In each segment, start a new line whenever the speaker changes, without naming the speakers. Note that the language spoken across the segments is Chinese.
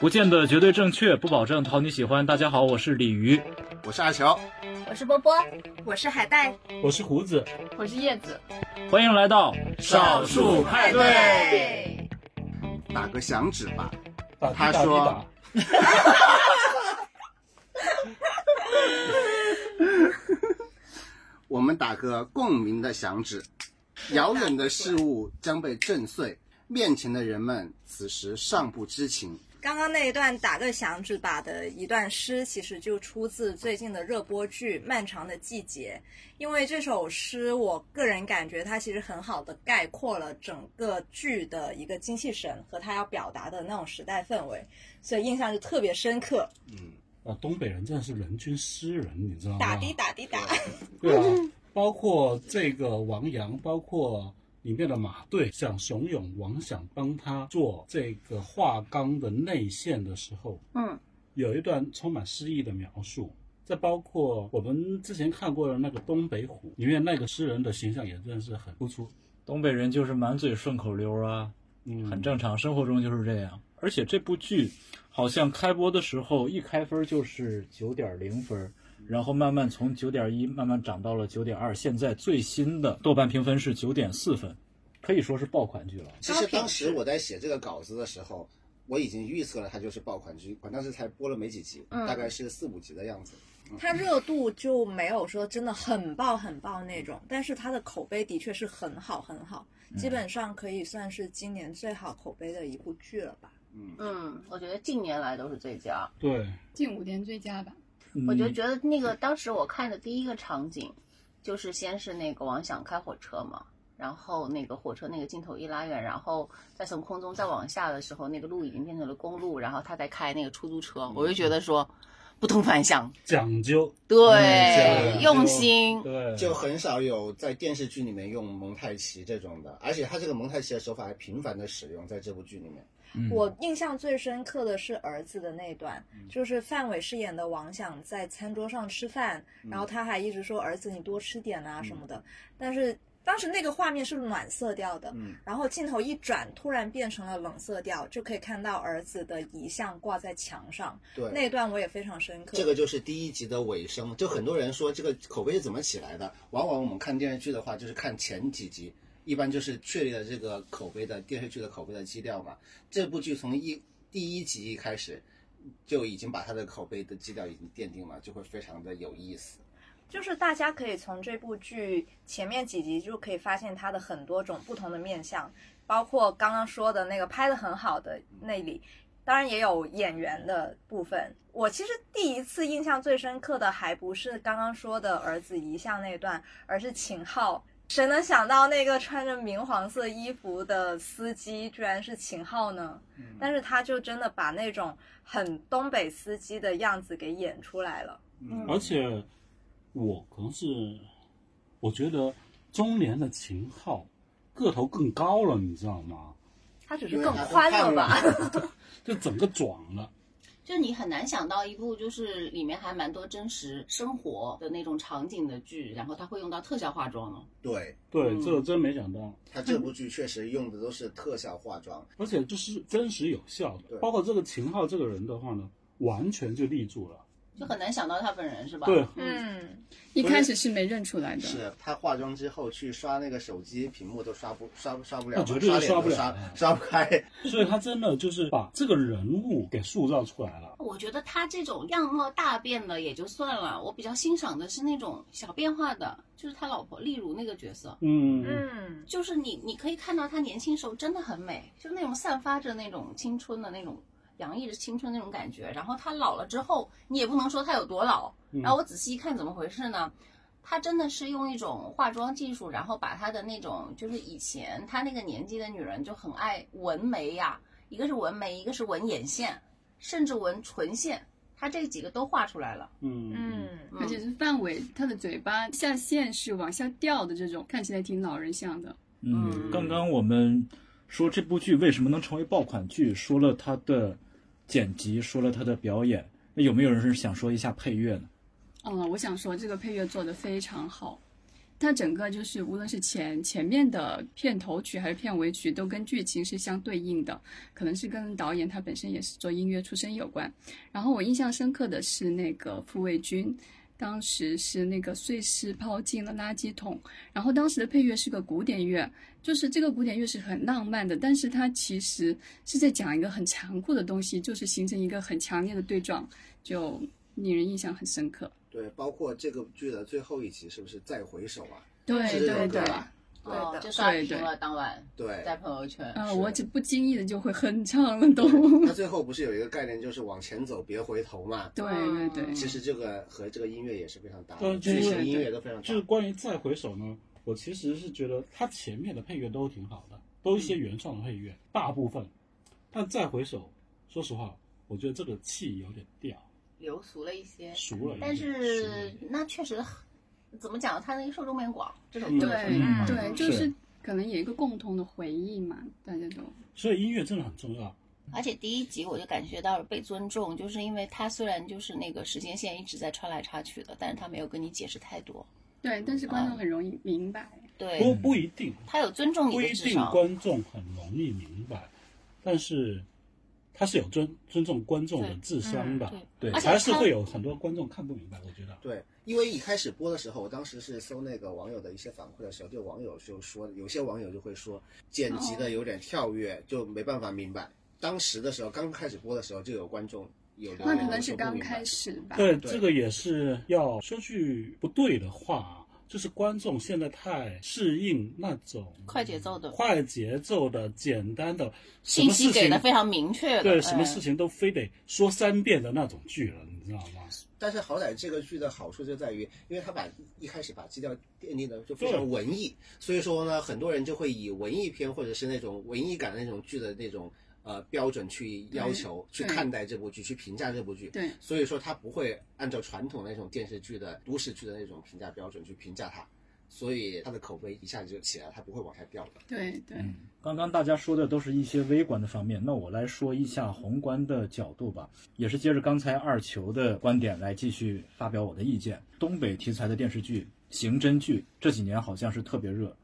不见得绝对正确，不保证讨你喜欢。大家好，我是鲤鱼，
我是阿乔，
我是波波，我是海带，
我是胡子，
我是叶子，
欢迎来到
少数派
对。
打个响指吧。
打
他
滴打滴
说
打。
我们打个共鸣的响指，遥远的事物将被震碎，面前的人们此时尚不知情。
刚刚那一段打个响指吧的一段诗，其实就出自最近的热播剧《漫长的季节》，因为这首诗，我个人感觉它其实很好的概括了整个剧的一个精气神和它要表达的那种时代氛围，所以印象就特别深刻。
啊，东北人真的是人均诗人，你知道吗？
打滴打滴打，
对啊，包括这个王阳，包括里面的马队想怂恿王想帮他做这个画纲的内线的时候，
嗯，
有一段充满诗意的描述。再包括我们之前看过的那个《东北虎》，里面那个诗人的形象也真的是很突出，
东北人就是满嘴顺口溜啊，
嗯，
很正常，生活中就是这样。而且这部剧好像开播的时候一开分就是九点零分，然后慢慢从九点一慢慢涨到了九点二，现在最新的豆瓣评分是九点四分，可以说是爆款剧了。
其实当时我在写这个稿子的时候，我已经预测了它就是爆款剧，当时才播了没几集，
嗯
大概是四五集的样子。
它热度就没有说真的很爆很爆那种，但是它的口碑的确是很好很好，基本上可以算是今年最好口碑的一部剧了吧。
嗯，
嗯，我觉得近年来都是最佳。
对，
近五年最佳吧。
我就
嗯
觉得那个当时我看的第一个场景，就是先是那个王想开火车嘛，然后那个火车那个镜头一拉远，然后再从空中再往下的时候，那个路已经变成了公路，然后他在开那个出租车，我就觉得说不同凡响，
讲究，
对，
嗯
用心，
对，
就很少有在电视剧里面用蒙太奇这种的，而且他这个蒙太奇的手法还频繁的使用在这部剧里面。
嗯
我印象最深刻的是儿子的那一段，
嗯
就是范伟饰演的王想在餐桌上吃饭，
嗯
然后他还一直说儿子你多吃点啊什么的，但是当时那个画面是暖色调的，
嗯
然后镜头一转，突然变成了冷色调，就可以看到儿子的遗像挂在墙上，
对，
那一段我也非常深刻。
这个就是第一集的尾声，就很多人说这个口碑是怎么起来的。往往我们看电视剧的话，就是看前几集，一般就是确立了这个口碑的电视剧的口碑的基调嘛。这部剧从一第一集一开始，就已经把它的口碑的基调已经奠定了，就会非常的有意思。
就是大家可以从这部剧前面几集就可以发现它的很多种不同的面相，包括刚刚说的那个拍的很好的那里，当然也有演员的部分。我其实第一次印象最深刻的还不是刚刚说的儿子遗像那段，而是秦昊。谁能想到那个穿着明黄色衣服的司机居然是秦昊呢？但是他就真的把那种很东北司机的样子给演出来了。
嗯
嗯
而且我可能是，我觉得中年的秦昊个头更高了，你知道吗？
他只
因
是
为
更
它
欢乐吧。
看了
就整个壮了。
就你很难想到一部就是里面还蛮多真实生活的那种场景的剧，然后他会用到特效化妆哦。
对
对，
嗯
这个真没想到，
他这部剧确实用的都是特效化妆，
嗯
而且就是真实有效的。
对
包括这个秦昊这个人的话呢，完全就立住了。
就很难想到他本人是吧？
对，
嗯。
一开始是没认出来的，
是他化妆之后去刷那个手机屏幕都刷不刷不刷不了，
那绝
刷
对是
脸都
刷
刷
不了的
刷不开。
所以他真的就是把这个人物给塑造出来了。
我觉得他这种样貌大变的也就算了，我比较欣赏的是那种小变化的，就是他老婆丽茹那个角色，
嗯，
嗯，
就是你你可以看到她年轻时候真的很美，就那种散发着那种青春的那种洋溢着青春那种感觉。然后她老了之后，你也不能说她有多老。
嗯
然后我仔细一看，怎么回事呢？她真的是用一种化妆技术，然后把她的那种就是以前她那个年纪的女人就很爱纹眉呀、一个是纹眉，一个是纹眼线，甚至纹唇线，她这几个都画出来了。
嗯嗯，
嗯，
嗯
而且是范伟他的嘴巴下线是往下掉的，这种看起来挺老人像的。
嗯，
嗯
刚刚我们说这部剧为什么能成为爆款剧，说了它的剪辑，说了它的表演，那有没有人是想说一下配乐呢？
嗯，我想说这个配乐做的非常好，它整个就是无论是前前面的片头曲还是片尾曲，都跟剧情是相对应的，可能是跟导演他本身也是做音乐出身有关。然后我印象深刻的是那个傅卫军，当时是那个碎尸抛进了垃圾桶，然后当时的配乐是个古典乐，就是这个古典乐是很浪漫的，但是它其实是在讲一个很残酷的东西，就是形成一个很强烈的对撞，就令人印象很深刻。
对，包括这个剧的最后一集是不是再回首啊？
对
是这
对
首歌
对，
吧
哦
对的
就刷
对
屏
对
了，当晚
对，
在朋友圈。
啊、
是
我只不经意的就会哼唱了都。
它最后不是有一个概念就是往前走别回头嘛？
对 对对，
其实这个和这个音乐也是非常搭的，
对
剧
对
情
对
音乐都非常搭
就是。关于再回首呢，我其实是觉得它前面的配乐都挺好的，都一些原创的配乐，大部分。但再回首，说实话，我觉得这个气有点掉，
流俗了一些，
熟了一点。
但
熟了一
是
点
那确实怎么讲，他那个受众面广，这种
嗯
歌
对
嗯
对，就是是可能有一个共同的回忆嘛，大家都
所以音乐真的很重要。
而且第一集我就感觉到了被尊重，就是因为他虽然就是那个时间线一直在穿来插去的，但是他没有跟你解释太多，
对，但是观众很容易明白。
对
不不一定，
他有尊重你
不
的
一
至
定
少，
观众很容易明白，但是他是有尊尊重观众的
对嗯
智商的，
对
对而且
还是
他
会有很多观众看不明白。我觉得，
对，因为一开始播的时候，我当时是搜那个网友的一些反馈的时候，就网友就说，有些网友就会说剪辑的有点跳跃，就没办法明白。当时的时候，刚开始播的时候，就有观众有留
那
言
可能
说
是
不
刚
明白
开始吧。
对
啊对
这个也是要说句不对的话啊，就是观众现在太适应那种
快节奏的
快节奏的、简单的什
信
么事
息给
情
的非常明确的，
对什么事
嗯
情都非得说三遍的那种剧了，你知道吗？
但是好歹这个剧的好处就在于，因为他把一开始把基调奠定的就非常文艺，所以说呢，很多人就会以文艺片或者是那种文艺感的那种剧的那种呃标准去要求、去
对
看待这部剧、去评价这部剧。
对
所以说他不会按照传统那种电视剧的都市剧的那种评价标准去评价它，所以它的口碑一下子就起来了，它不会往下掉的。
对对，
嗯刚刚大家说的都是一些微观的方面，那我来说一下宏观的角度吧，也是接着刚才二球的观点来继续发表我的意见。东北题材的电视剧、刑侦剧这几年好像是特别热，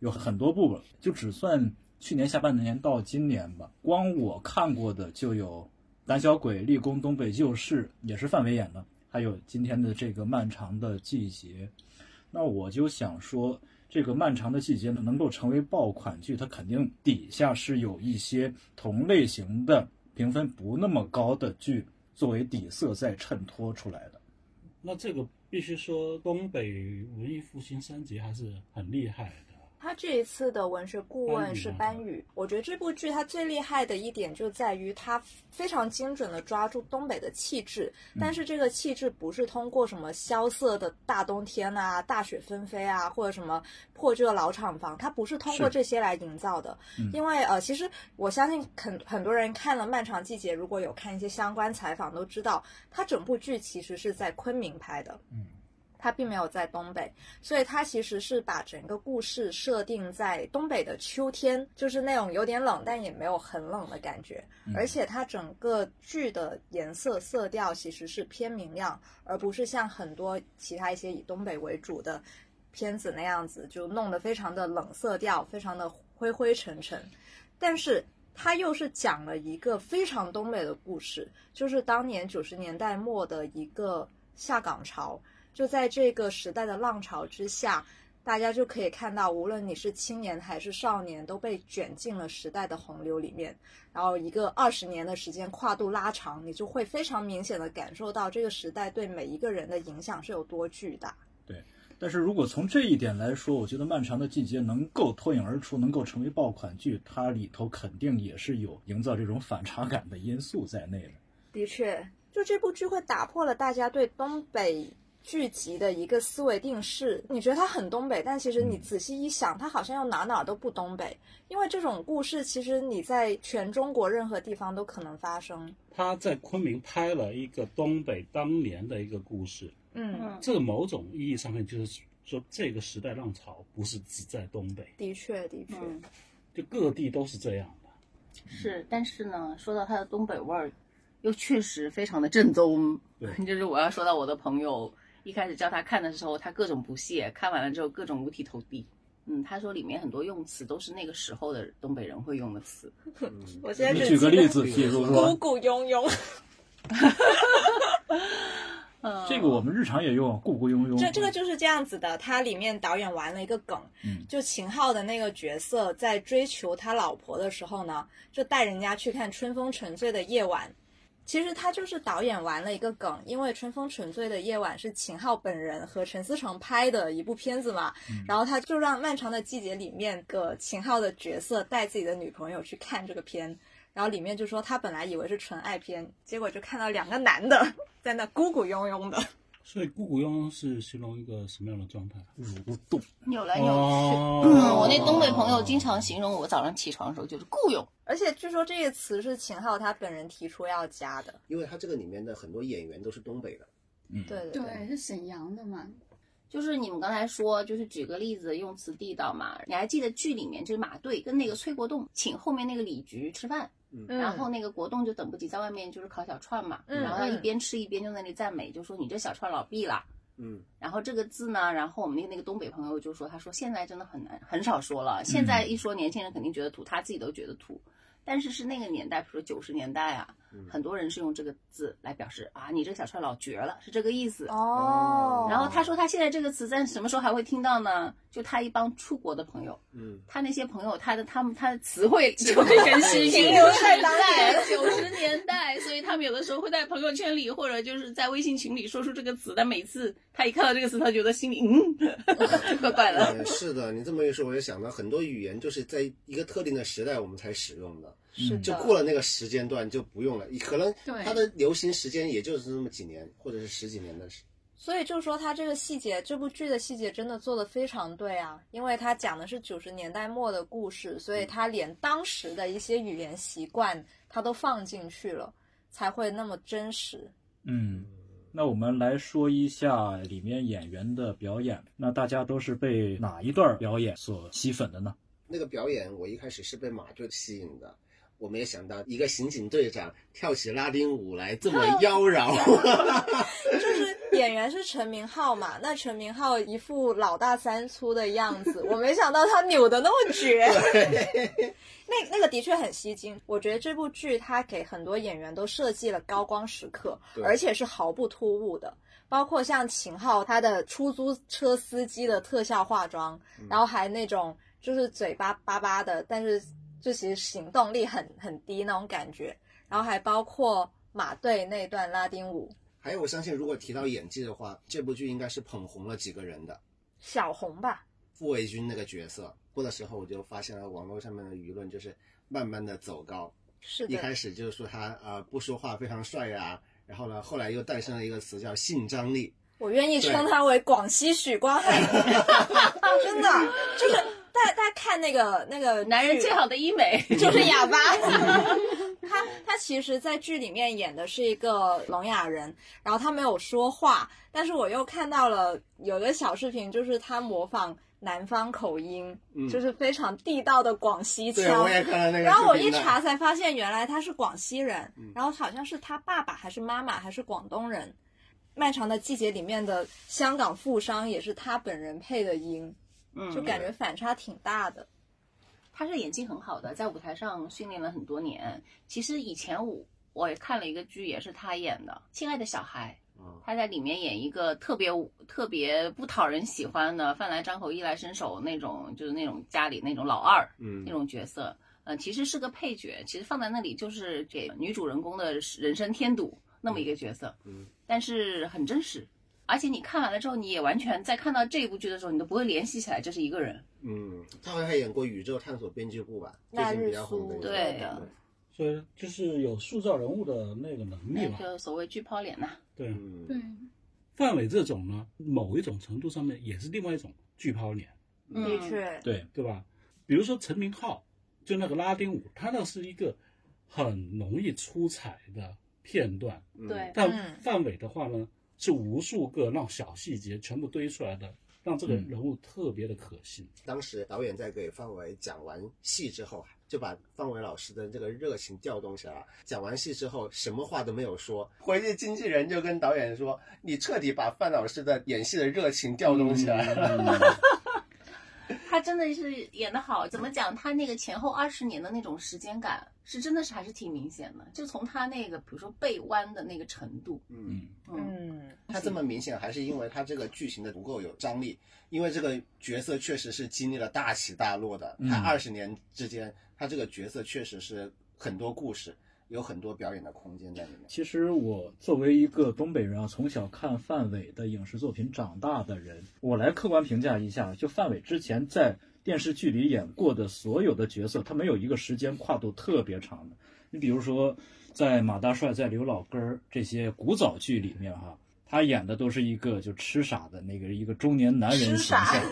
有很多部了，就只算去年下半年到今年吧，光我看过的就有《胆小鬼》《立功》《东北旧事》，也是范伟演的，还有今天的这个《漫长的季节》。那我就想说，这个漫长的季节能够成为爆款剧，它肯定底下是有一些同类型的评分不那么高的剧作为底色在衬托出来的。
那这个必须说，东北文艺复兴三杰还是很厉害的。
他这一次的文学顾问是班宇，我觉得这部剧它最厉害的一点就在于它非常精准的抓住东北的气质，
嗯
但是这个气质不是通过什么萧瑟的大冬天啊、大雪纷飞啊，或者什么破旧的老厂房，它不是通过
是
这些来营造的。
嗯
因为呃，其实我相信很很多人看了《漫长季节》，如果有看一些相关采访，都知道它整部剧其实是在昆明拍的，
嗯，
它并没有在东北。所以它其实是把整个故事设定在东北的秋天，就是那种有点冷但也没有很冷的感觉。
嗯
而且它整个剧的颜色色调其实是偏明亮，而不是像很多其他一些以东北为主的片子那样子，就弄得非常的冷色调，非常的灰灰沉沉。但是它又是讲了一个非常东北的故事，就是当年九十年代末的一个下岗潮。就在这个时代的浪潮之下，大家就可以看到，无论你是青年还是少年，都被卷进了时代的洪流里面。然后，一个二十年的时间跨度拉长，你就会非常明显的感受到这个时代对每一个人的影响是有多巨大。
但是如果从这一点来说，我觉得《漫长的季节》能够脱颖而出，能够成为爆款剧，它里头肯定也是有营造这种反差感的因素在内的。
的确，就这部剧会打破了大家对东北剧集的一个思维定式。你觉得它很东北，但其实你仔细一想，它好像又哪哪都不东北。因为这种故事，其实你在全中国任何地方都可能发生。
他在昆明拍了一个东北当年的一个故事，
嗯，
这个某种意义上面就是说，这个时代浪潮不是只在东北，
的确，的确，
嗯，
就各地都是这样的。
是，但是呢，说到它的东北味儿，又确实非常的正宗
对。
就是我要说到我的朋友一开始叫他看的时候，他各种不屑，看完了之后各种五体投地。嗯，他说里面很多用词都是那个时候的东北人会用的词，
嗯
我现在
你
只
举个
记得
例子，比如
咕
说
咕拥拥，
呃
这个我们日常也用，嗯咕咕拥拥。
这这个就是这样子的。它里面导演玩了一个梗，
嗯
就秦昊的那个角色在追求他老婆的时候呢，就带人家去看《春风沉醉的夜晚》。其实他就是导演玩了一个梗，因为《春风沉醉的夜晚》是秦昊本人和陈思诚拍的一部片子嘛，然后他就让《漫长的季节》里面个秦昊的角色带自己的女朋友去看这个片，然后里面就说他本来以为是纯爱片，结果就看到两个男的 在那咕咕拥拥的。
所以咕咕拥拥是形容一个什么样的状态？
蠕动，
扭来扭去。
哦，
哎嗯，我那东北朋友经常形容我早上起床的时候就是雇佣，
而且据说这个词是秦昊他本人提出要加的，
因为它这个里面的很多演员都是东北的，
嗯，
对对
对，是沈阳的嘛？
就是你们刚才说，就是举个例子，用词地道嘛。你还记得剧里面就是马队跟那个崔国栋请后面那个李局吃饭，然后那个国栋就等不及在外面就是烤小串嘛，
嗯
然后他
嗯
一边吃一边就在那里赞美，就说你这小串老毕了。
嗯，
然后这个字呢，然后我们那个那个东北朋友就说，他说现在真的很难，很少说了。现在一说年轻人肯定觉得土，他自己都觉得土。但是是那个年代，比如说九十年代啊，
嗯
很多人是用这个字来表示啊，你这小串老绝了，是这个意思。
哦
然后他说他现在这个词在什么时候还会听到呢？就他一帮出国的朋友，
嗯，
他那些朋友，他的他们他的词 汇只会更新
停留在当
在
代
九十年代，所以他们有的时候会在朋友圈里或者就是在微信群里说出这个词，但每次他一看到这个词，他觉得心里 嗯，怪怪的。
嗯是的，你这么一说，我就想到很多语言就是在一个特定的时代我们才使用的，
是
嗯
就过了那个时间段就不用了，可能
对
它的流行时间也就是那么几年或者是十几年的事。
所以就说他这个细节，这部剧的细节真的做的非常对啊，因为他讲的是九十年代末的故事，所以他连当时的一些语言习惯他都放进去了，才会那么真实。
嗯，那我们来说一下里面演员的表演。那大家都是被哪一段表演所吸粉的呢？
那个表演，我一开始是被马队吸引的。我没有想到一个刑警队长跳起拉丁舞来这么妖娆，
就是演员是陈明昊嘛，那陈明昊一副老大三粗的样子，我没想到他扭的那么绝。那那个的确很吸睛，我觉得这部剧它给很多演员都设计了高光时刻，
对
而且是毫不突兀的。包括像秦昊他的出租车司机的特效化妆，然后还那种就是嘴巴巴巴的，但是就其实行动力很很低那种感觉。然后还包括马队那段拉丁舞，
还有我相信，如果提到演技的话，这部剧应该是捧红了几个人的。
小红吧，
傅卫军那个角色播的时候，我就发现了网络上面的舆论就是慢慢的走高，
是
一
的，
开始就是说他呃不说话非常帅呀、然后呢，后来又诞生了一个词叫性张力，
我愿意称他为广西许 光汉，真的就是大家大家看那个那个
男人哎最好的医美，
剧就是哑 巴。他他其实，在剧里面演的是一个聋哑人，然后他没有说话，但是我又看到了有一个小视频，就是他模仿南方口音，
嗯
就是非常地道的广西
对
腔
我。也看到那个。
然后我一查，才发现，原来他是广西人，
嗯
然后好像是他爸爸还是妈妈还是广东人。《漫长的季节》里面的香港富商也是他本人配的音，
嗯
就感觉反差挺大的。
他是演技很好的，在舞台上训练了很多年。其实以前我我也看了一个剧，也是他演的《亲爱的小孩》，
嗯
他在里面演一个特别特别不讨人喜欢的饭来张口、衣来伸手那种，就是那种家里那种老二那
嗯，
种角色。嗯、其实是个配角，其实放在那里就是给女主人公的人生添堵那么一个角色。
嗯，
但是很真实，而且你看完了之后，你也完全在看到这部剧的时候，你都不会联系起来这是一个人。
嗯，他好像还演过《宇宙探索编剧部》吧，最
那
近比
日
较红的
苏
一个。
对
对
的，
所以就是有塑造人物的那个能力
那
吧？
个所谓剧抛脸呐、
对。
嗯，
对，
范伟这种呢，某一种程度上面也是另外一种巨抛脸，
嗯
的确，
对，
对吧？比如说陈明昊，就那个拉丁舞，他那是一个很容易出彩的片段，
嗯
对，
但
嗯
范伟的话呢，是无数个那种小细节全部堆出来的，让这个
嗯
人物特别的可信。
当时导演在给范伟讲完戏之后，啊就把方伟老师的这个热情调动起来了。讲完戏之后，什么话都没有说，回去经纪人就跟导演说：“你彻底把范老师的演戏的热情调动起来了。
他真的是演得好，怎么讲？他那个前后二十年的那种时间感，是真的是还是挺明显的。就从他那个，比如说背弯的那个程度，”
嗯，
嗯，
嗯，
他这么明显还是因为他这个剧情的足够有张力，因为这个角色确实是经历了大起大落的。
嗯
他二十年之间，他这个角色确实是很多故事，有很多表演的空间在里面。
其实我作为一个东北人啊，从小看范伟的影视作品长大的人，我来客观评价一下，就范伟之前在电视剧里演过的所有的角色，他没有一个时间跨度特别长的。你比如说，在马大帅、在刘老根儿这些古早剧里面哈、他演的都是一个就痴傻的那个一个中年男人形
痴 傻
象，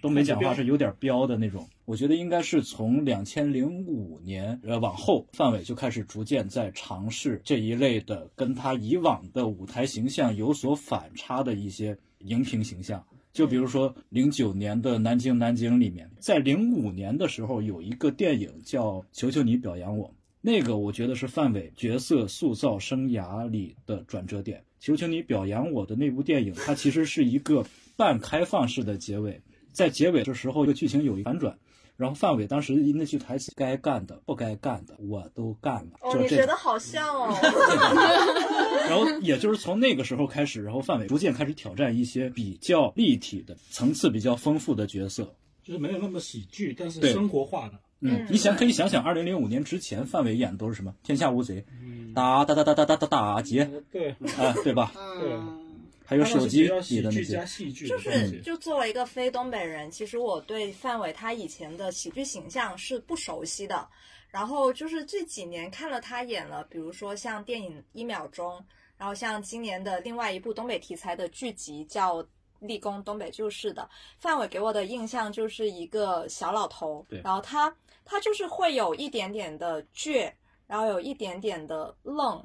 东北讲话是有点彪的那种。我觉得应该是从两千零五年呃往后，范伟就开始逐渐在尝试这一类的跟他以往的舞台形象有所反差的一些荧屏形象。就比如说零九年的《南京南京》里面，在零五年的时候有一个电影叫《求求你表扬我》，那个我觉得是范伟角色塑造生涯里的转折点。求求你表扬我的那部电影，它其实是一个半开放式的结尾，在结尾的时候，这个剧情有一反转。然后范伟当时那句台词“该干的不该干的我都干了”，
哦，
就
你
这
学
种。
的好像 哦，
然后也就是从那个时候开始，然后范伟逐渐开始挑战一些比较立体的、层次比较丰富的角色。
就是没有那么喜剧，但是
对
生活化的。
嗯
嗯，
你想可以想想，二零零五年之前，范伟演的都是什么？天下无贼，
嗯，
打打打打打打打打劫
对，
啊，对吧？
嗯，
还有
他们
手
是
机
比较
里
喜
的那
剧
些
加，戏剧的
就
东西，
是就作为一个非东北人，其实我对范伟他以前的喜剧形象是不熟悉的。然后就是这几年看了他演了，比如说像电影《一秒钟》，然后像今年的另外一部东北题材的剧集叫《立功东北旧事》的，范伟给我的印象就是一个小老头
对，
然后他他就是会有一点点的倔，然后有一点点的愣，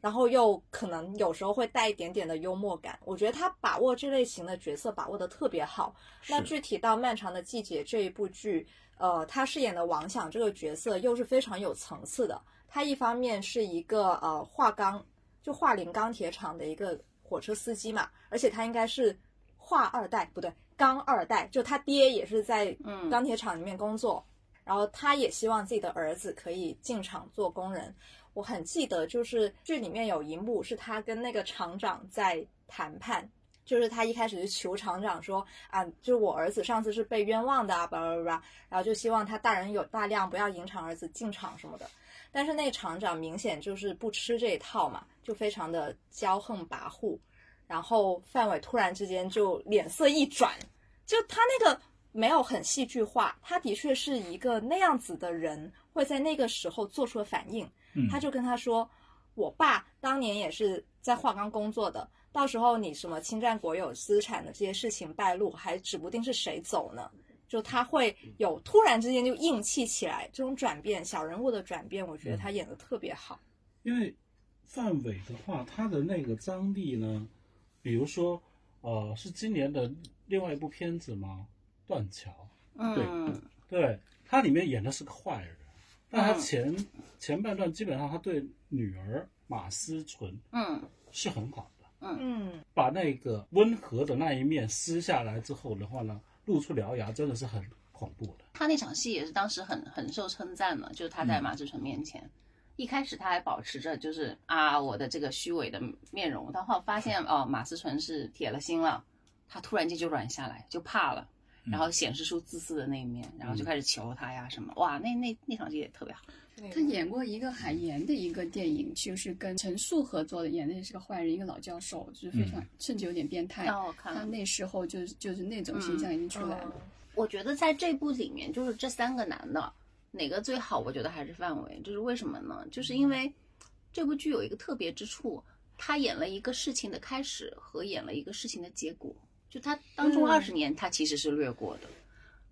然后又可能有时候会带一点点的幽默感。我觉得他把握这类型的角色把握的特别好。那
是
具体到《漫长的季节》这一部剧，呃，他饰演的王响这个角色又是非常有层次的。他一方面是一个呃化钢，就化林钢铁厂的一个火车司机嘛，而且他应该是化二代，不对，钢二代，就他爹也是在
嗯
钢铁厂里面工作，然后他也希望自己的儿子可以进厂做工人。我很记得，就是剧里面有一幕是他跟那个厂长在谈判，就是他一开始是求厂长说啊，就是我儿子上次是被冤枉的啊，巴拉巴拉巴拉，然后就希望他大人有大量，不要影响儿子进厂什么的。但是那个厂长明显就是不吃这一套嘛，就非常的骄横跋扈。然后范伟突然之间就脸色一转，就他那个没有很戏剧化，他的确是一个那样子的人会在那个时候做出反应。
嗯，
他就跟他说：“我爸当年也是在化钢工作的，到时候你什么侵占国有资产的这些事情败露，还指不定是谁走呢。”就他会有突然之间就硬气起来，这种转变，小人物的转变，我觉得他演的特别好。
因为范伟的话，他的那个张力呢，比如说，呃，是今年的另外一部片子吗？《断桥》。
嗯，
对，他里面演的是个坏人，但他
嗯
前、前半段基本上他对女儿马思纯
嗯，
是很好的，
嗯，
把那个温和的那一面撕下来之后的话呢，露出獠牙，真的是很恐怖的。
他那场戏也是当时很很受称赞的，就是他在马志纯面前。一开始他还保持着就是啊我的这个虚伪的面容，但后来发现哦马思纯是铁了心了，他突然间就软下来，就怕了，然后显示出自私的那一面，然后就开始求他呀什么，哇那那那场戏也特别好，
嗯
他演过一个海岩的一个电影，就是跟陈数合作的，演的也是个坏人，一个老教授，就是非常、甚至有点变态。
让我看
他
了。
那时候就是就是那种形象已经出来了。
嗯我觉得在这部里面，就是这三个男的，哪个最好？我觉得还是范伟。这是为什么呢？就是因为这部剧有一个特别之处，他演了一个事情的开始和演了一个事情的结果。就他当
嗯
中二十年，他其实是略过的。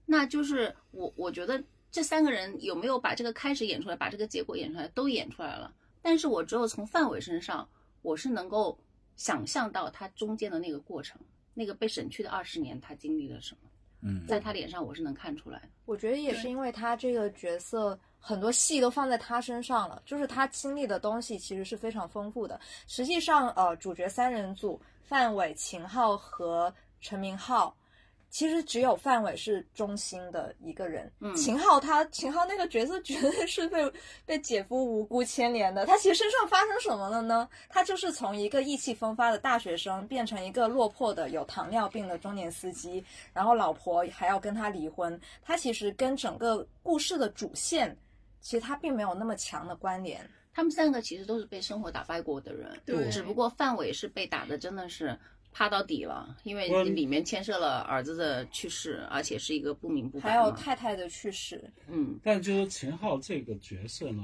那就是我，我觉得这三个人有没有把这个开始演出来，把这个结果演出来，都演出来了。但是我只有从范伟身上，我是能够想象到他中间的那个过程，那个被省去的二十年，他经历了什么。
嗯，
在他脸上我是能看出来的。
我觉得也是因为他这个角色很多戏都放在他身上了，就是他经历的东西其实是非常丰富的。实际上，呃，主角三人组范伟、秦昊和陈明昊，其实只有范伟是忠心的一个人。
嗯
秦昊他秦昊那个角色绝对 是被被姐夫无辜牵连的。他其实身上发生什么了呢？他就是从一个意气风发的大学生，变成一个落魄的有糖尿病的中年司机，然后老婆还要跟他离婚。他其实跟整个故事的主线，其实他并没有那么强的关联。
他们三个其实都是被生活打败过的人，
对
只不过范伟是被打的真的是趴到底了，因为
我
里面牵涉了儿子的去世，而且是一个不明不白
还有
嘛
太太的去世，
嗯，
但就是秦昊这个角色呢，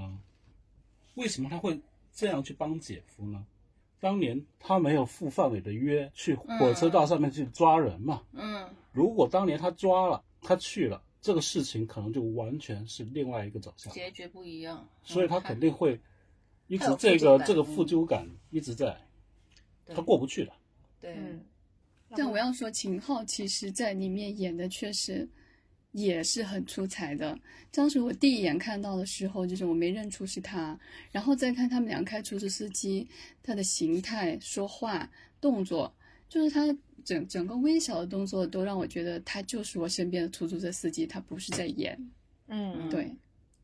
为什么他会这样去帮姐夫呢？当年他没有赴范伟的约，去火车道上面去抓人嘛。
嗯，
如果当年他抓了，他去了，这个事情可能就完全是另外一个走向，
结局不一样，嗯
所以他肯定会一直
他有
这
负疚嗯
个
感
这个
嗯
负疚感一直在，
对
他过不去的。
对，
哦
嗯，
但我要说，秦昊其实在里面演的确实也是很出彩的。当时我第一眼看到的时候，就是我没认出是他，然后再看他们俩开出租司机，他的形态、说话、动作，就是他整整个微小的动作都让我觉得他就是我身边的出租车司机，他不是在演。
嗯，
对、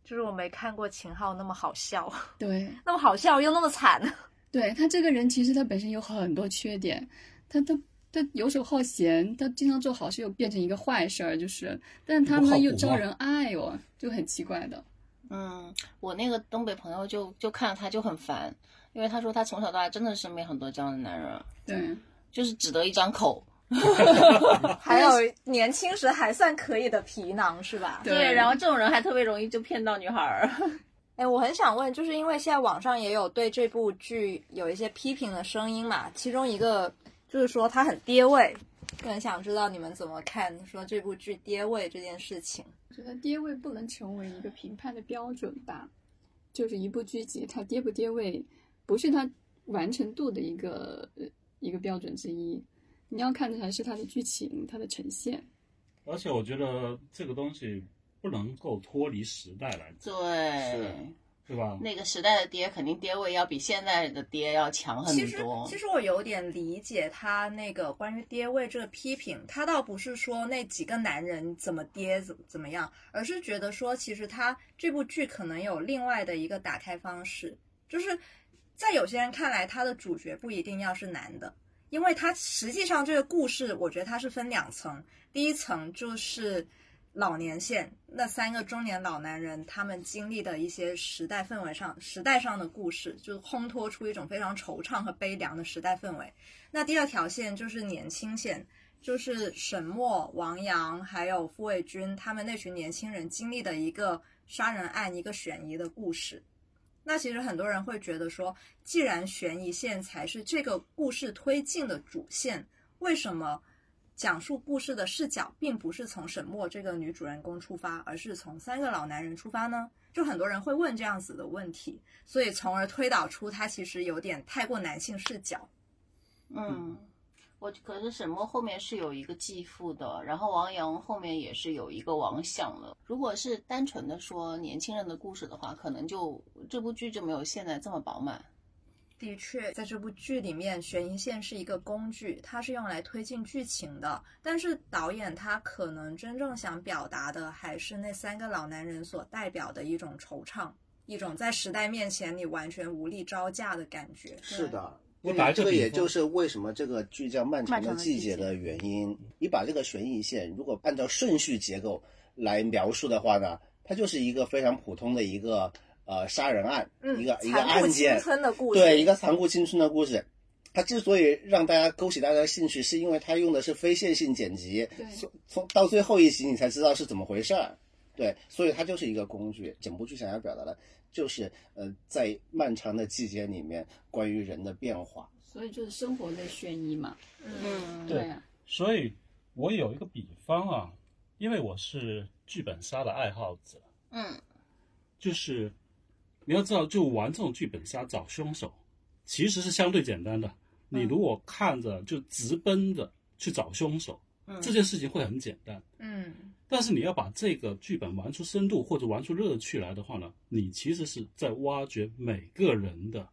就是我没看过秦昊那么好 笑，
对，
那么好笑又那么惨。
对他这个人，其实他本身有很多缺点，他他他游手好闲，他经常做好事又变成一个坏事儿，就是，但他
不靠
呢
谱
又招
嘛
人爱哦，就很奇怪的。
嗯，我那个东北朋友就就看了他就很烦，因为他说他从小到大真的身边很多这样的男人，
对，
就是只得一张口，
还有年轻时还算可以的皮囊是吧？
对
然后这种人还特别容易就骗到女孩儿，
哎，我很想问，就是因为现在网上也有对这部剧有一些批评的声音嘛，其中一个就是说它很跌位，就很想知道你们怎么看说这部剧跌位这件事情。
我觉得跌位不能成为一个评判的标准吧，就是一部剧集它跌不跌位，不是它完成度的一个呃一个标准之一，你要看的还是它的剧情、它的呈现。
而且我觉得这个东西不能够脱离时代来讲，
对
是，对吧？
那个时代的爹肯定爹位要比现在的爹要强很
其实
多，，
其实我有点理解他那个关于爹位这个批评，他倒不是说那几个男人怎么爹怎怎么样，而是觉得说，其实他这部剧可能有另外的一个打开方式，就是在有些人看来，他的主角不一定要是男的，因为他实际上这个故事，我觉得它是分两层，第一层就是。老年线那三个中年老男人，他们经历的一些时代氛围上、时代上的故事，就是烘托出一种非常惆怅和悲凉的时代氛围。那第二条线就是年轻线，就是沈墨、王阳还有傅卫军他们那群年轻人经历的一个杀人案、一个悬疑的故事。那其实很多人会觉得说，既然悬疑线才是这个故事推进的主线，为什么讲述故事的视角并不是从沈墨这个女主人公出发，而是从三个老男人出发呢？就很多人会问这样子的问题，所以从而推导出它其实有点太过男性视角。
嗯，我可是沈墨后面是有一个继父的，然后王阳后面也是有一个王想的。如果是单纯的说年轻人的故事的话，可能就这部剧就没有现在这么饱满。
的确，在这部剧里面，悬疑线是一个工具，它是用来推进剧情的。但是导演他可能真正想表达的，还是那三个老男人所代表的一种惆怅，一种在时代面前你完全无力招架的感觉。
是的，
我
这
打
个
一个
这个
比
也
方
就是为什么这个剧叫《漫长
漫长
的
的
季
季
节》
节
的原因。你把这个悬疑线如果按照顺序结构来描述的话呢，它就是一个非常普通的一个呃杀人案，
嗯，
一个一个
残酷
案件
青，春的故事，
对一个残酷青春的故事。它之所以让大家勾起大家的兴趣，是因为它用的是非线性剪辑，
对
从从到最后一集你才知道是怎么回事儿。对，所以它就是一个工具。整部剧想要表达的就是，呃，在漫长的季节里面，关于人的变化。
所以就是生活类悬疑嘛，
嗯，
嗯
对
啊，
所以我有一个比方啊，因为我是剧本杀的爱好者，
嗯
就是你要知道，就玩这种剧本杀找凶手，其实是相对简单的。你如果看着就直奔着去找凶手，
嗯
这件事情会很简单。
嗯
但是你要把这个剧本玩出深度或者玩出乐趣来的话呢，你其实是在挖掘每个人的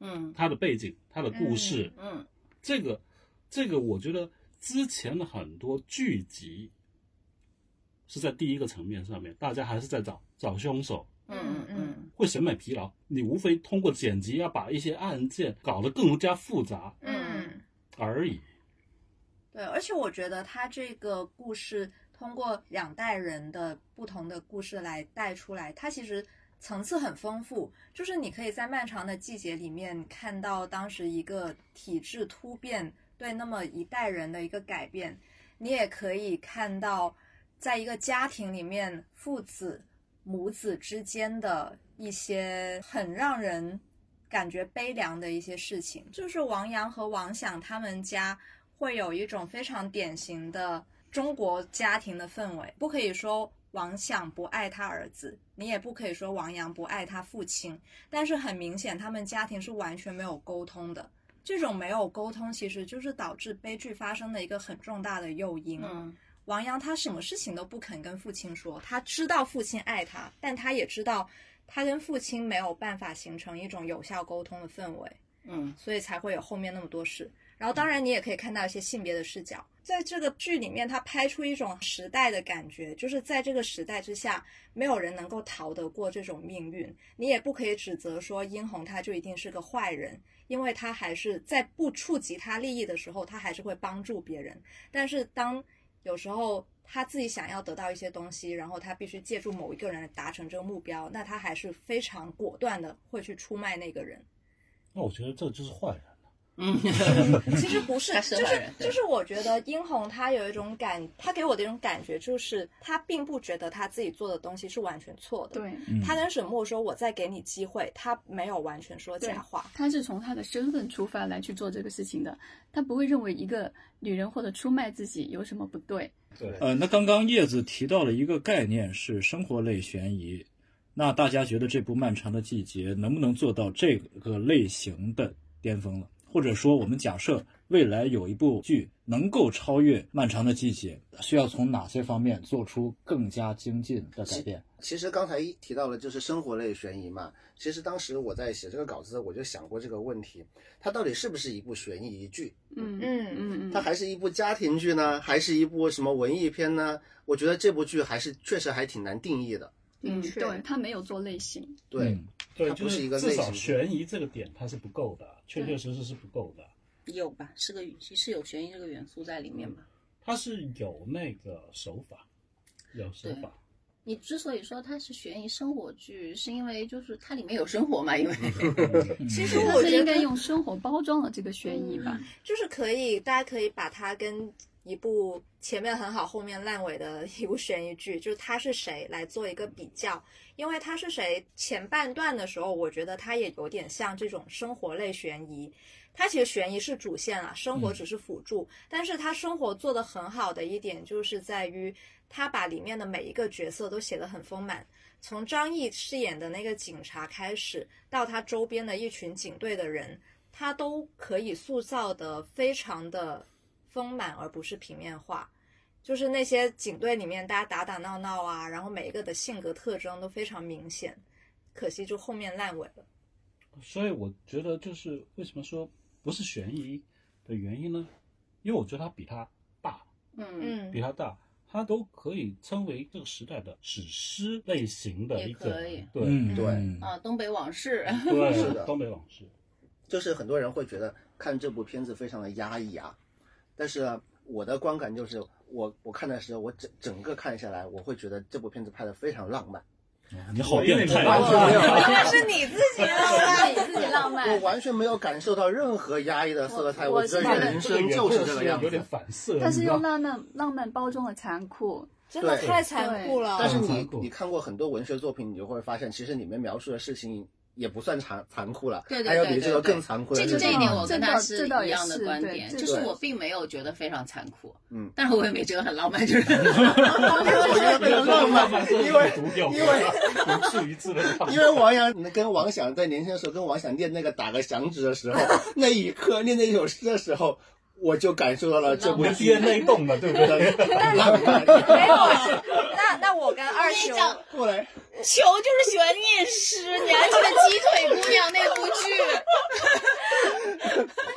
嗯
他的背景、他的故事，
嗯
这个，这个我觉得之前的很多剧集是在第一个层面上面，大家还是在找找凶手，
嗯嗯
会审美疲劳。你无非通过剪辑要啊把一些案件搞得更加复杂
嗯。
而已。
对，而且我觉得他这个故事通过两代人的不同的故事来带出来，它其实层次很丰富。就是你可以在漫长的季节里面看到当时一个体制突变对那么一代人的一个改变，你也可以看到在一个家庭里面父子母子之间的一些很让人感觉悲凉的一些事情。就是王阳和王想他们家。会有一种非常典型的中国家庭的氛围。不可以说王想不爱他儿子，你也不可以说王阳不爱他父亲，但是很明显，他们家庭是完全没有沟通的。这种没有沟通，其实就是导致悲剧发生的一个很重大的诱因。
嗯
王阳他什么事情都不肯跟父亲说，他知道父亲爱他，但他也知道他跟父亲没有办法形成一种有效沟通的氛围。
嗯
所以才会有后面那么多事。然后，当然你也可以看到一些性别的视角，在这个剧里面，它拍出一种时代的感觉，就是在这个时代之下，没有人能够逃得过这种命运。你也不可以指责说殷红他就一定是个坏人，因为他还是在不触及他利益的时候，他还是会帮助别人。但是当有时候他自己想要得到一些东西，然后他必须借助某一个人来达成这个目标，那他还是非常果断的会去出卖那个人。
那我觉得这就是坏人。
嗯，
其实不是
他，是
就
坏
是
人对
就是我觉得殷红她有一种感，她给我的一种感觉就是她并不觉得她自己做的东西是完全错的。，
对，
嗯
她跟沈墨说我再给你机会，她没有完全说假话。
他是从他的身份出发来去做这个事情的，他不会认为一个女人或者出卖自己有什么不对。
对，
呃，那刚刚叶子提到了一个概念是生活类悬疑，那大家觉得这部《漫长的季节》能不能做到这个类型的巅峰了？或者说，我们假设未来有一部剧能够超越《漫长的季节》，需要从哪些方面做出更加精进的改变？
其实刚才一提到了就是生活类悬疑嘛，其实当时我在写这个稿子的时候，我就想过这个问题，它到底是不是一部悬疑剧？
嗯
嗯
嗯
它
嗯，
还是一部家庭剧呢，还是一部什么文艺片呢？我觉得这部剧还是确实还挺难定义的。
嗯，
的确
对他没有做类型，
对，
嗯
对
它不是一个
至
类
少
型
悬疑这个点它是不够的，确确实实是不够的。
有吧？是个其实有悬疑这个元素在里面吧？
它是有那个手法，有手法。
你之所以说它是悬疑生活剧，是因为就是它里面有生活嘛？因为
嗯
其实
他
我
是
觉
应
得
该用生活包装了这个悬疑 吧？
就是可以，大家可以把它跟一部前面很好、后面烂尾的 一部悬疑剧，就是他是谁来做一个比较。因为他是谁前半段的时候，我觉得它也有点像这种生活类悬疑。它其实悬疑是主线啊，生活只是辅助。但是他生活做得很好的一点，就是在于他把里面的每一个角色都写得很丰满。从张译饰演的那个警察开始，到他周边的一群警队的人，他都可以塑造的非常的丰满，而不是平面化。就是那些警队里面大家打打闹闹啊，然后每一个的性格特征都非常明显，可惜就后面烂尾了。
所以我觉得就是为什么说不是悬疑的原因呢？因为我觉得它比它大，
嗯，
嗯
比它大，它都可以称为这个时代的史诗类型的一个
也可以，
对、
嗯
对
啊，东北往事，
嗯
对，
是的
东北往事，
就是很多人会觉得看这部片子非常的压抑啊，但是啊我的观感就是，我我看的时候，我整整个看下来，我会觉得这部片子拍的非常浪漫，哎
你好变态
完全
啊！
没有。
那是你自己
让
了。
你自己浪漫
我。完全没有感受到任何压抑的色彩，
我
我 觉
我
得人生就是这个样
有点
子。
反射，
他是
你知道
用浪漫浪漫包装了残酷，
真的
对
太残酷了。
但是
很残
你
酷
你看过很多文学作品，你就会发现，其实里面描述的事情也不算残残酷了，
对对
还有
对
比这
对
个
对
更残酷的
这
事
个
情
这一点我跟他是
这倒
一样的观点，
这倒也是对
就是我并没有觉得非常残酷，
嗯
但是我也没觉得很浪 漫，就是
我觉得 非常浪漫，因为
独有，
因为
独树一帜的浪漫
因为王阳跟王想在年轻的时候跟王想念那个打个响指的时候，那一刻念那一首诗的时候，我就感受到了这部
我
你的
剧
DNA 动了，对不对？
的浪漫。
没有啊，那那我跟二
那
球，
张
后来
球就是喜欢念诗，你还记得《鸡腿姑娘》那部剧？，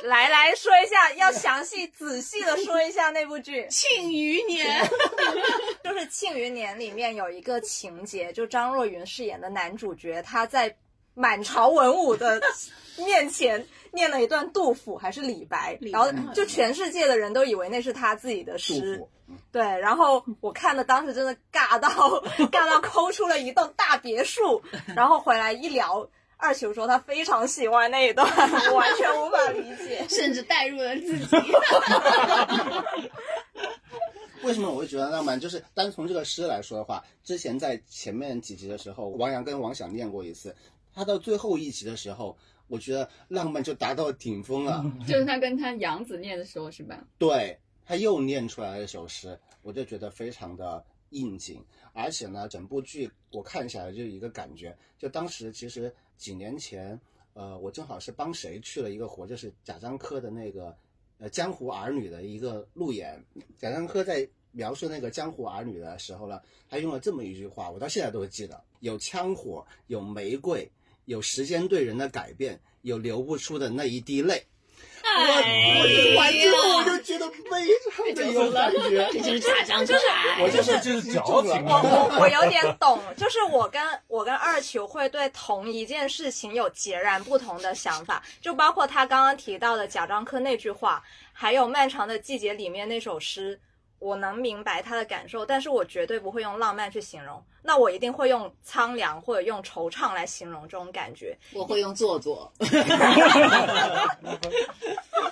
来来说一下，要详细仔细的说一下那部剧
庆余年，
就是《庆余年》里面有一个情节，就张若昀饰演的男主角，他在满朝文武的面前念了一段杜甫还是李白，
李白
然后就全世界的人都以为那是他自己的
祝
诗
福，，
对，然后我看的当时真的尬到尬到抠出了一栋大别墅，然后回来一聊，二球说他非常喜欢那一段，我完全无法理解。
甚至带入了自 己。
为什么我会觉得浪漫？就是单从这个诗来说的话，之前在前面几集的时候，王阳跟王想念过一次，他到最后一集的时候，我觉得浪漫就达到顶峰了。
就是他跟他养子念的时候是吧？
对他又念出来了一首诗，我就觉得非常的应景。而且呢，整部剧我看起来就有一个感觉，就当时其实几年前，呃，我正好是帮谁去了一个活，就是贾樟柯的那个呃《江湖儿女》的一个路演。贾樟柯在描述那个《江湖儿女》的时候呢，他用了这么一句话，我到现在都会记得：有枪火，有玫瑰，有时间对人的改变，有流不出的那一滴泪。我我听完之后我就觉得非常的有感觉，
这就是大张
就是
我
就是
这是
击中
矫情
了
我我我有点懂，就是我跟我跟二球会对同一件事情有截然不同的想法，就包括他刚刚提到的贾樟柯那句话，还有《漫长的季节》里面那首诗，我能明白他的感受，但是我绝对不会用浪漫去形容，那我一定会用苍凉或者用惆怅来形容这种感觉。
我会用做作，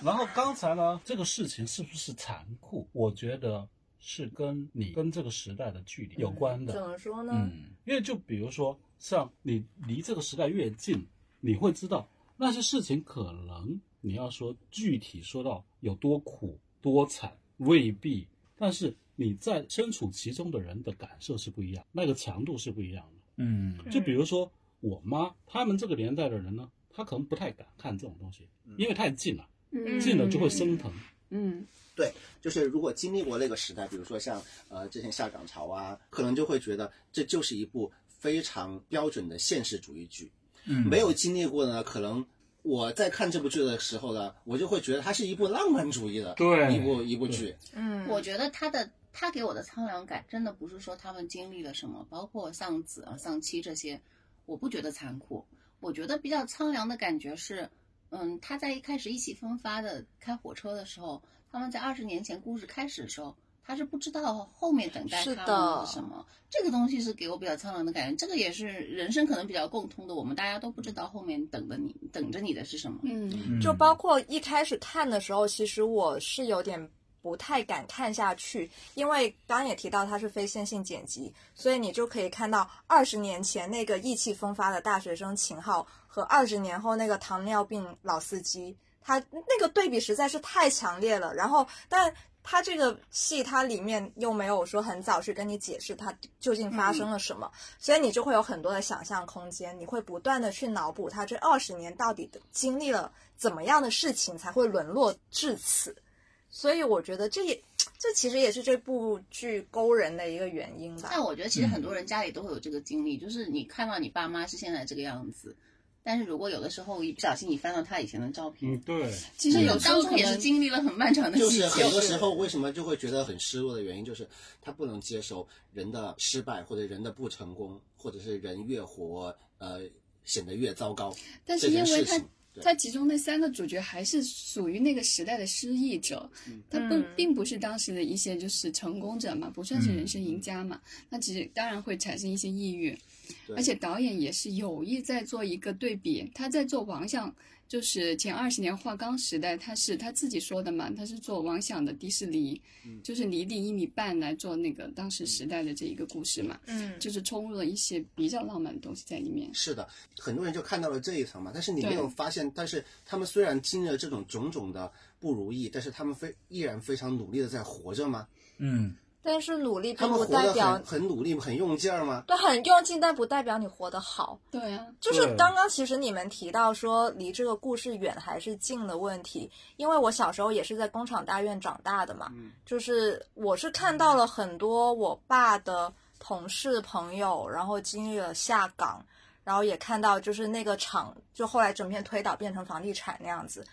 然后刚才呢，这个事情是不是残酷？我觉得是跟你跟这个时代的距离有关的。
怎么说呢？
嗯，
因为就比如说，像你离这个时代越近，你会知道那些事情可能你要说具体说到有多苦多惨未必，但是你在身处其中的人的感受是不一样，那个强度是不一样的。
嗯，
嗯
就比如说我妈他们这个年代的人呢，他可能不太敢看这种东西，因为太近了，
嗯
近了就会生疼。
嗯，
就是如果经历过那个时代，比如说像呃之前下岗潮啊，可能就会觉得这就是一部非常标准的现实主义剧。
嗯
没有经历过呢，可能我在看这部剧的时候呢，我就会觉得它是一部浪漫主义的
对
一部一部剧。
嗯，
我觉得他的他给我的苍凉感，真的不是说他们经历了什么，包括丧子啊、丧妻这些，我不觉得残酷。我觉得比较苍凉的感觉是，嗯，他在一开始意气风发的开火车的时候，他们在二十年前故事开始的时候，他是不知道后面等待
是
他
的
们是什么。这个东西是给我比较苍凉的感觉，这个也是人生可能比较共通的，我们大家都不知道后面等着你等着你的是什么。
嗯，
嗯
就包括一开始看的时候，其实我是有点不太敢看下去，因为刚刚也提到它是非线性剪辑，所以你就可以看到二十年前那个意气风发的大学生秦昊和二十年后那个糖尿病老司机，他那个对比实在是太强烈了。然后，但他这个戏它里面又没有说很早去跟你解释它究竟发生了什么，所以你就会有很多的想象空间，你会不断的去脑补他这二十年到底经历了怎么样的事情才会沦落至此。所以我觉得这也这其实也是这部剧勾人的一个原因吧。
但我觉得其实很
嗯
多人家里都会有这个经历，就是你看到你爸妈是现在这个样子，但是如果有的时候一不小心你翻到他以前的照片，，
对，
其实有
嗯
当中也是经历了很漫长的
就
期
是
间。
很多时候为什么就会觉得很失落的原因，就是他不能接受人的失败，或者人的不成功，或者是人越活呃显得越糟糕。
但是
这
因
件
为
事
他
情对
他其中那三个主角还是属于那个时代的失意者，他
嗯
不并不是当时的一些就是成功者嘛，不算是
嗯
人生赢家嘛，那其实当然会产生一些抑郁，
对
而且导演也是有意在做一个对比，他在做王想，就是前二十年华冈时代，他是他自己说的嘛，他是做王想的迪士尼，就是离地一米半来做那个当时时代的这一个故事嘛，
嗯，
就是冲入了一些比较浪漫的东西在里面。
是的，很多人就看到了这一层嘛，但是你
对
没有发现，但是他们虽然经历了这种种种的不如意，但是他们非依然非常努力的在活着吗？
嗯
但是努力
他
并
们
不
活
哎代
得
表
很很努力，很用劲儿吗？
对很用劲，但不代表你活得好。
对啊，
就是
对
刚刚其实你们提到说离这个故事远还是近的问题，因为我小时候也是在工厂大院长大的嘛，就是我是看到了很多我爸的同事朋友，然后经历了下岗，然后也看到就是那个厂就后来整片推倒变成房地产那样子。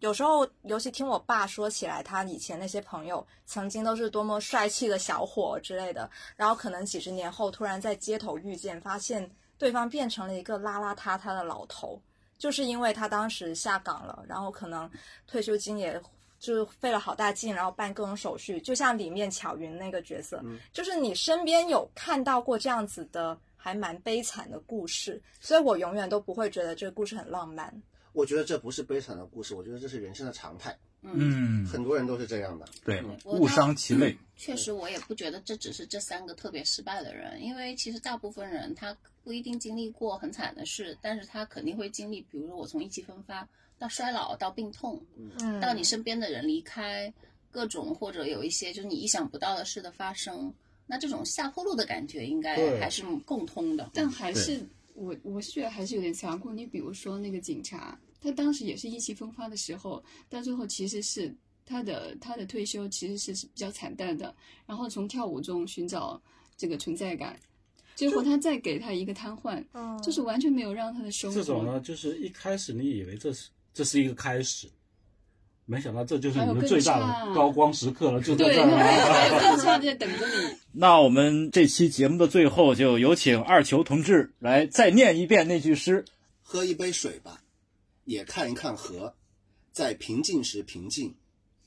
有时候，尤其听我爸说起来，他以前那些朋友曾经都是多么帅气的小伙之类的，然后可能几十年后突然在街头遇见，发现对方变成了一个邋邋遢遢的老头，就是因为他当时下岗了，然后可能退休金也就是费了好大劲，然后办各种手续，就像里面巧云那个角色，就是你身边有看到过这样子的还蛮悲惨的故事，所以我永远都不会觉得这个故事很浪漫。
我觉得这不是悲惨的故事，我觉得这是人生的常态，
嗯，
很多人都是这样的。
对，
我
误伤其类。
确实，我也不觉得这只是这三个特别失败的人，因为其实大部分人他不一定经历过很惨的事，但是他肯定会经历，比如说我从意气风发到衰老到病痛，
嗯，
到你身边的人离开，各种或者有一些就是你意想不到的事的发生，那这种下坡路的感觉应该
对
还是共通的。
但还是我我是觉得还是有点残酷。你比如说那个警察，他当时也是意气风发的时候，到最后其实是他的他的退休其实是比较惨淡的，然后从跳舞中寻找这个存在感，最后他再给他一个瘫痪，
嗯
就是完全没有让他的生活
这种呢，就是一开始你以为这是这是一个开始，没想到这就是你们最大
还有更
的
差
高光时刻了，就在
对，
这儿
还有
了。
还有更差在等着你。
那我们这期节目的最后，就有请二球同志来再念一遍那句诗。
喝一杯水吧，也看一看河，在平静时平静，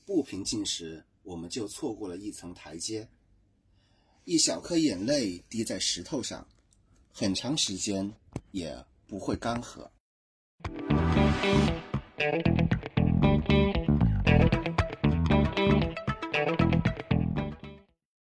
不平静时，我们就错过了一层台阶。一小颗眼泪滴在石头上，很长时间也不会干涸。